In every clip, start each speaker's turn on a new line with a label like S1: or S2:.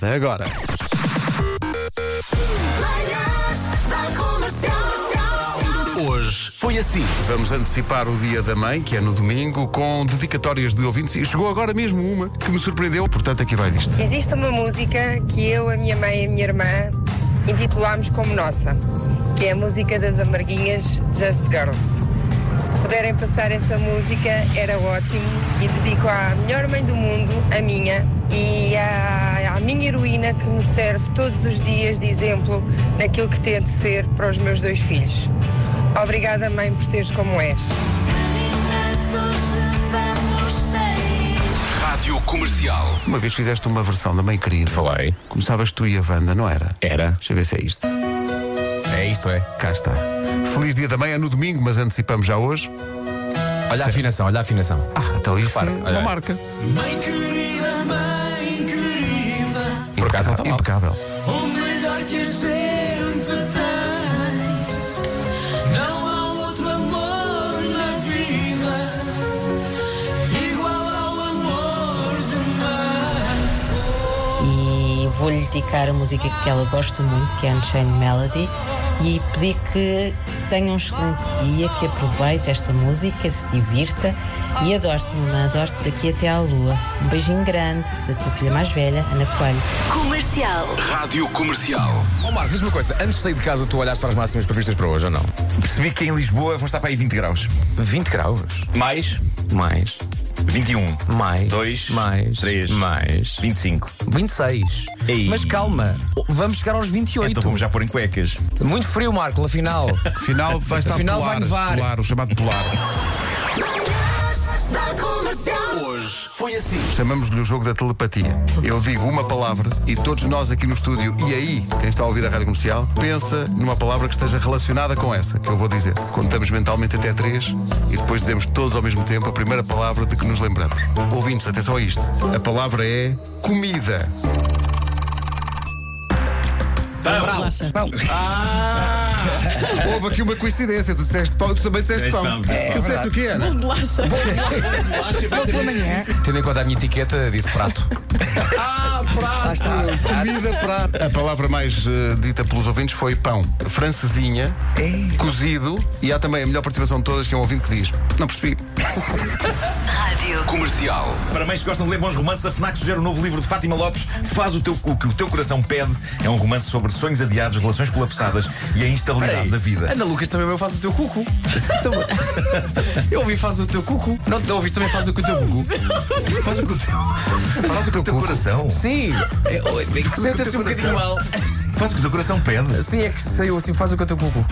S1: É Agora.
S2: Manhãs da Comercial.
S1: Hoje foi assim. Vamos antecipar o dia da mãe, que é no domingo, com dedicatórias de ouvintes. E chegou agora mesmo uma que me surpreendeu, portanto aqui vai disto.
S3: Existe uma música que eu, a minha mãe e a minha irmã intitulámos como nossa, que é a música das amarguinhas Just Girls. Se puderem passar essa música, era ótimo. E dedico à melhor mãe do mundo, a minha, e à, à minha heroína que me serve todos os dias de exemplo naquilo que tento ser para os meus dois filhos. Obrigada, mãe, por seres como és.
S2: Meninas, hoje vamos ter.
S4: Rádio Comercial.
S1: Uma vez fizeste uma versão da mãe querida.
S5: Falei.
S1: Começavas tu e a Wanda, não era?
S5: Era.
S1: Deixa eu ver se é isto.
S5: É isso, é.
S1: Cá está. Feliz dia da mãe, é no domingo, mas antecipamos já hoje.
S5: Olha a afinação, olha a afinação.
S1: Ah, então isso
S5: Repara,
S1: é
S5: olha
S1: uma
S5: aí.
S1: marca.
S4: Mãe querida, mãe querida,
S5: Por acaso é não está mal.
S1: Impecável.
S4: o melhor que a gente tem. Não há outro amor na vida igual ao amor de mãe.
S6: e vou-lhe dedicar a música que ela gosta muito, que é Unchained Melody, e pedir que tenha um excelente dia, que aproveite esta música, se divirta e adore-te, mamãe, adore-te daqui até à lua. Um beijinho grande da tua filha mais velha, Ana Coelho.
S2: Comercial.
S4: Rádio Comercial.
S5: Ó Marco, diz-me uma coisa. Antes de sair de casa, tu olhaste para as máximas previstas para hoje ou não?
S7: Percebi que em Lisboa vão estar para aí 20 graus.
S5: 20 graus.
S7: Mais
S5: Mais.
S7: 21.
S5: Mais.
S7: Dois.
S5: Mais.
S7: Três.
S5: Mais.
S7: 25.
S5: 26.
S7: Ei.
S5: Mas calma, vamos chegar aos 28.
S7: Então vamos já pôr em cuecas.
S5: Muito frio, Marco, afinal.
S1: Afinal, vai estar
S5: Afinal,
S1: polar,
S5: vai nevar.
S1: polar, o chamado polar.
S2: Manhãs da Comercial.
S4: Hoje foi assim.
S1: Chamamos-lhe o jogo da telepatia. Eu digo uma palavra e todos nós aqui no estúdio, e aí, quem está a ouvir a rádio comercial, pensa numa palavra que esteja relacionada com essa, que eu vou dizer. Contamos mentalmente até três e depois dizemos todos ao mesmo tempo a primeira palavra de que nos lembramos. Ouvintes, atenção a isto. A palavra é comida.
S7: Então,
S1: Pão. Houve aqui uma coincidência. Tu disseste pão, tu também disseste
S7: É
S1: pão.
S7: pão, é
S1: Tu disseste o quê, Ana?
S5: Tendo em conta a minha etiqueta, disse prato.
S1: Ah, Comida para a palavra mais eh, dita pelos ouvintes foi pão. Francesinha, cozido e há também a melhor participação de todas que é um ouvinte que diz: Não percebi.
S4: Comercial.
S7: Para mães que gostam de ler bons romances, a FNAC sugere o novo livro de Fátima Lopes, Faz o teu cu, que o teu coração pede. É um romance sobre sonhos adiados, relações colapsadas e a instabilidade da vida.
S5: Ana Lucas também eu faço o teu cucu. Então, eu ouvi faz o teu cucu. Não te ouviste também faz o que o teu cucu?
S7: Faz o que o teu, faz o que o teu coração.
S5: Sim. Saiu assim um bocadinho mal.
S7: Faz o que o teu coração pede.
S5: Sim, é que saiu assim, faz o que o teu cucu.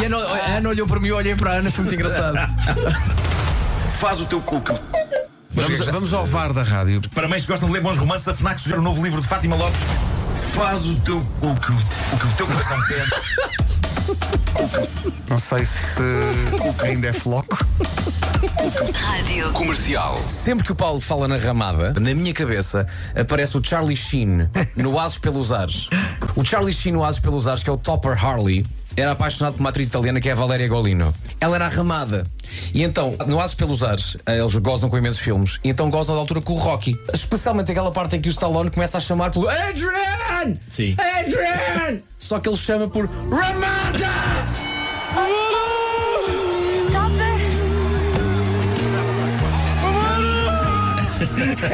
S5: E a Ana, a Ana olhou para mim, eu olhei para a Ana, foi muito engraçado.
S7: Faz o teu cu. que o-
S1: Vamos, vamos ao VAR da rádio.
S7: Para mães que gostam de ler bons romances, a FNAC sugere o novo livro de Fátima Lopes, Faz o teu cu, que o, o que o teu coração pede.
S1: Não sei se ainda é floco.
S4: Comercial.
S5: Sempre que o Paulo fala na ramada, na minha cabeça aparece o Charlie Sheen no Asos pelos Ares. O Charlie Sheen no Asos pelos Ares, que é o Topper Harley, era apaixonado por uma atriz italiana que é a Valeria Golino. Ela era a ramada. E então, no Asos pelos Ares, eh, eles gozam com imensos filmes, e então gozam da altura com o Rocky. Especialmente aquela parte em que o Stallone começa a chamar pelo Adrian!
S7: Sim.
S5: Adrian! Só que ele chama por Ramada!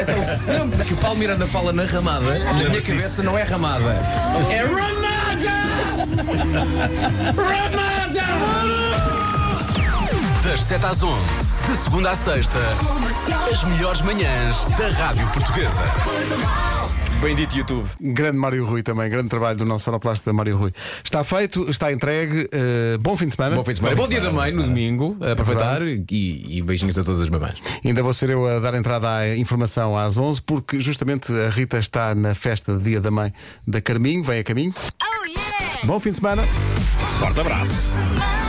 S5: Então sempre que o Paulo Miranda fala na ramada, na minha
S7: Lembras-te
S5: cabeça não é ramada. É ramada! Ramada!
S4: Das 7 às 11, de segunda à sexta, as melhores manhãs da Rádio Portuguesa.
S5: Bendito YouTube.
S1: Grande Mário Rui também, grande trabalho do nosso sonoplasta Mário Rui. Está feito, está entregue. eh, bom fim de semana.
S5: Bom fim de semana. Bom dia da mãe no domingo. Aproveitar e, e beijinhos a todas as mamãs.
S1: Ainda vou ser eu a dar entrada à informação às 11, porque justamente a Rita está na festa de Dia da Mãe da Carminho, vem a caminho.
S2: Oh yeah.
S1: Bom fim de semana.
S7: Forte abraço.
S2: Semana.